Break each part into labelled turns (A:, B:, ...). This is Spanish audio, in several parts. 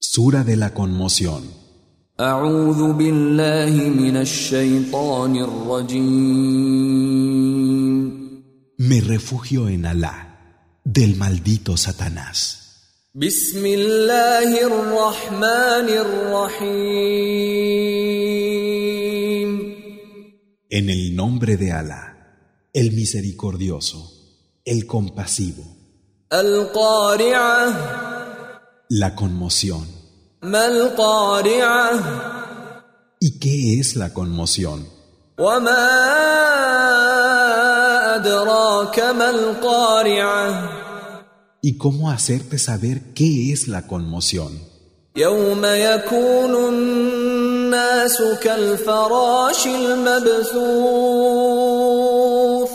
A: Sura de la conmoción.
B: أعوذ بالله من الشيطان الرجيم
A: Me refugio en Alá, del maldito Satanás.
B: بسم الله الرحمن الرحيم
A: En el nombre de Alá, el misericordioso, el compasivo.
B: القارعة
A: La conmoción.
B: ما القارعة
A: ¿Y qué es la conmoción?
B: وما أدراك ما القارعة
A: ¿Y cómo hacerte saber qué es la conmoción?
B: يوم يكون الناس كالفراش المبثوث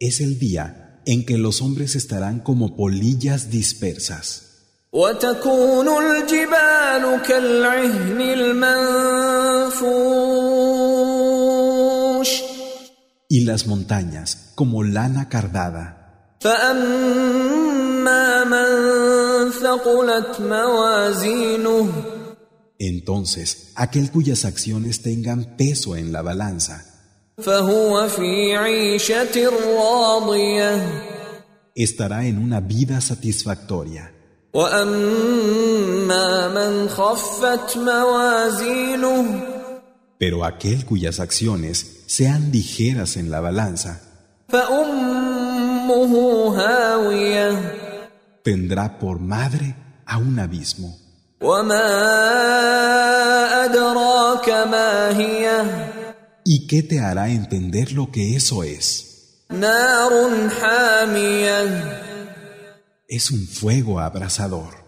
A: Es el día en que los hombres estarán como polillas dispersas
B: وتكون الجبال كالعهن المنفوش
A: y las montañas como lana cardada.
B: فأما من ثقلت موازينه
A: Entonces, aquel cuyas acciones tengan peso en la balanza,
B: فهو في عيشة راضية
A: estará en una vida satisfactoria.
B: وأما من خفت موازينه
A: Pero aquel cuyas acciones sean ligeras en la balanza,
B: فأمه هاوية
A: tendrá por madre a un abismo.
B: وما أدراك ما هي
A: ¿Y qué te hará entender lo que eso es?
B: نار حامية
A: Es un fuego abrasador.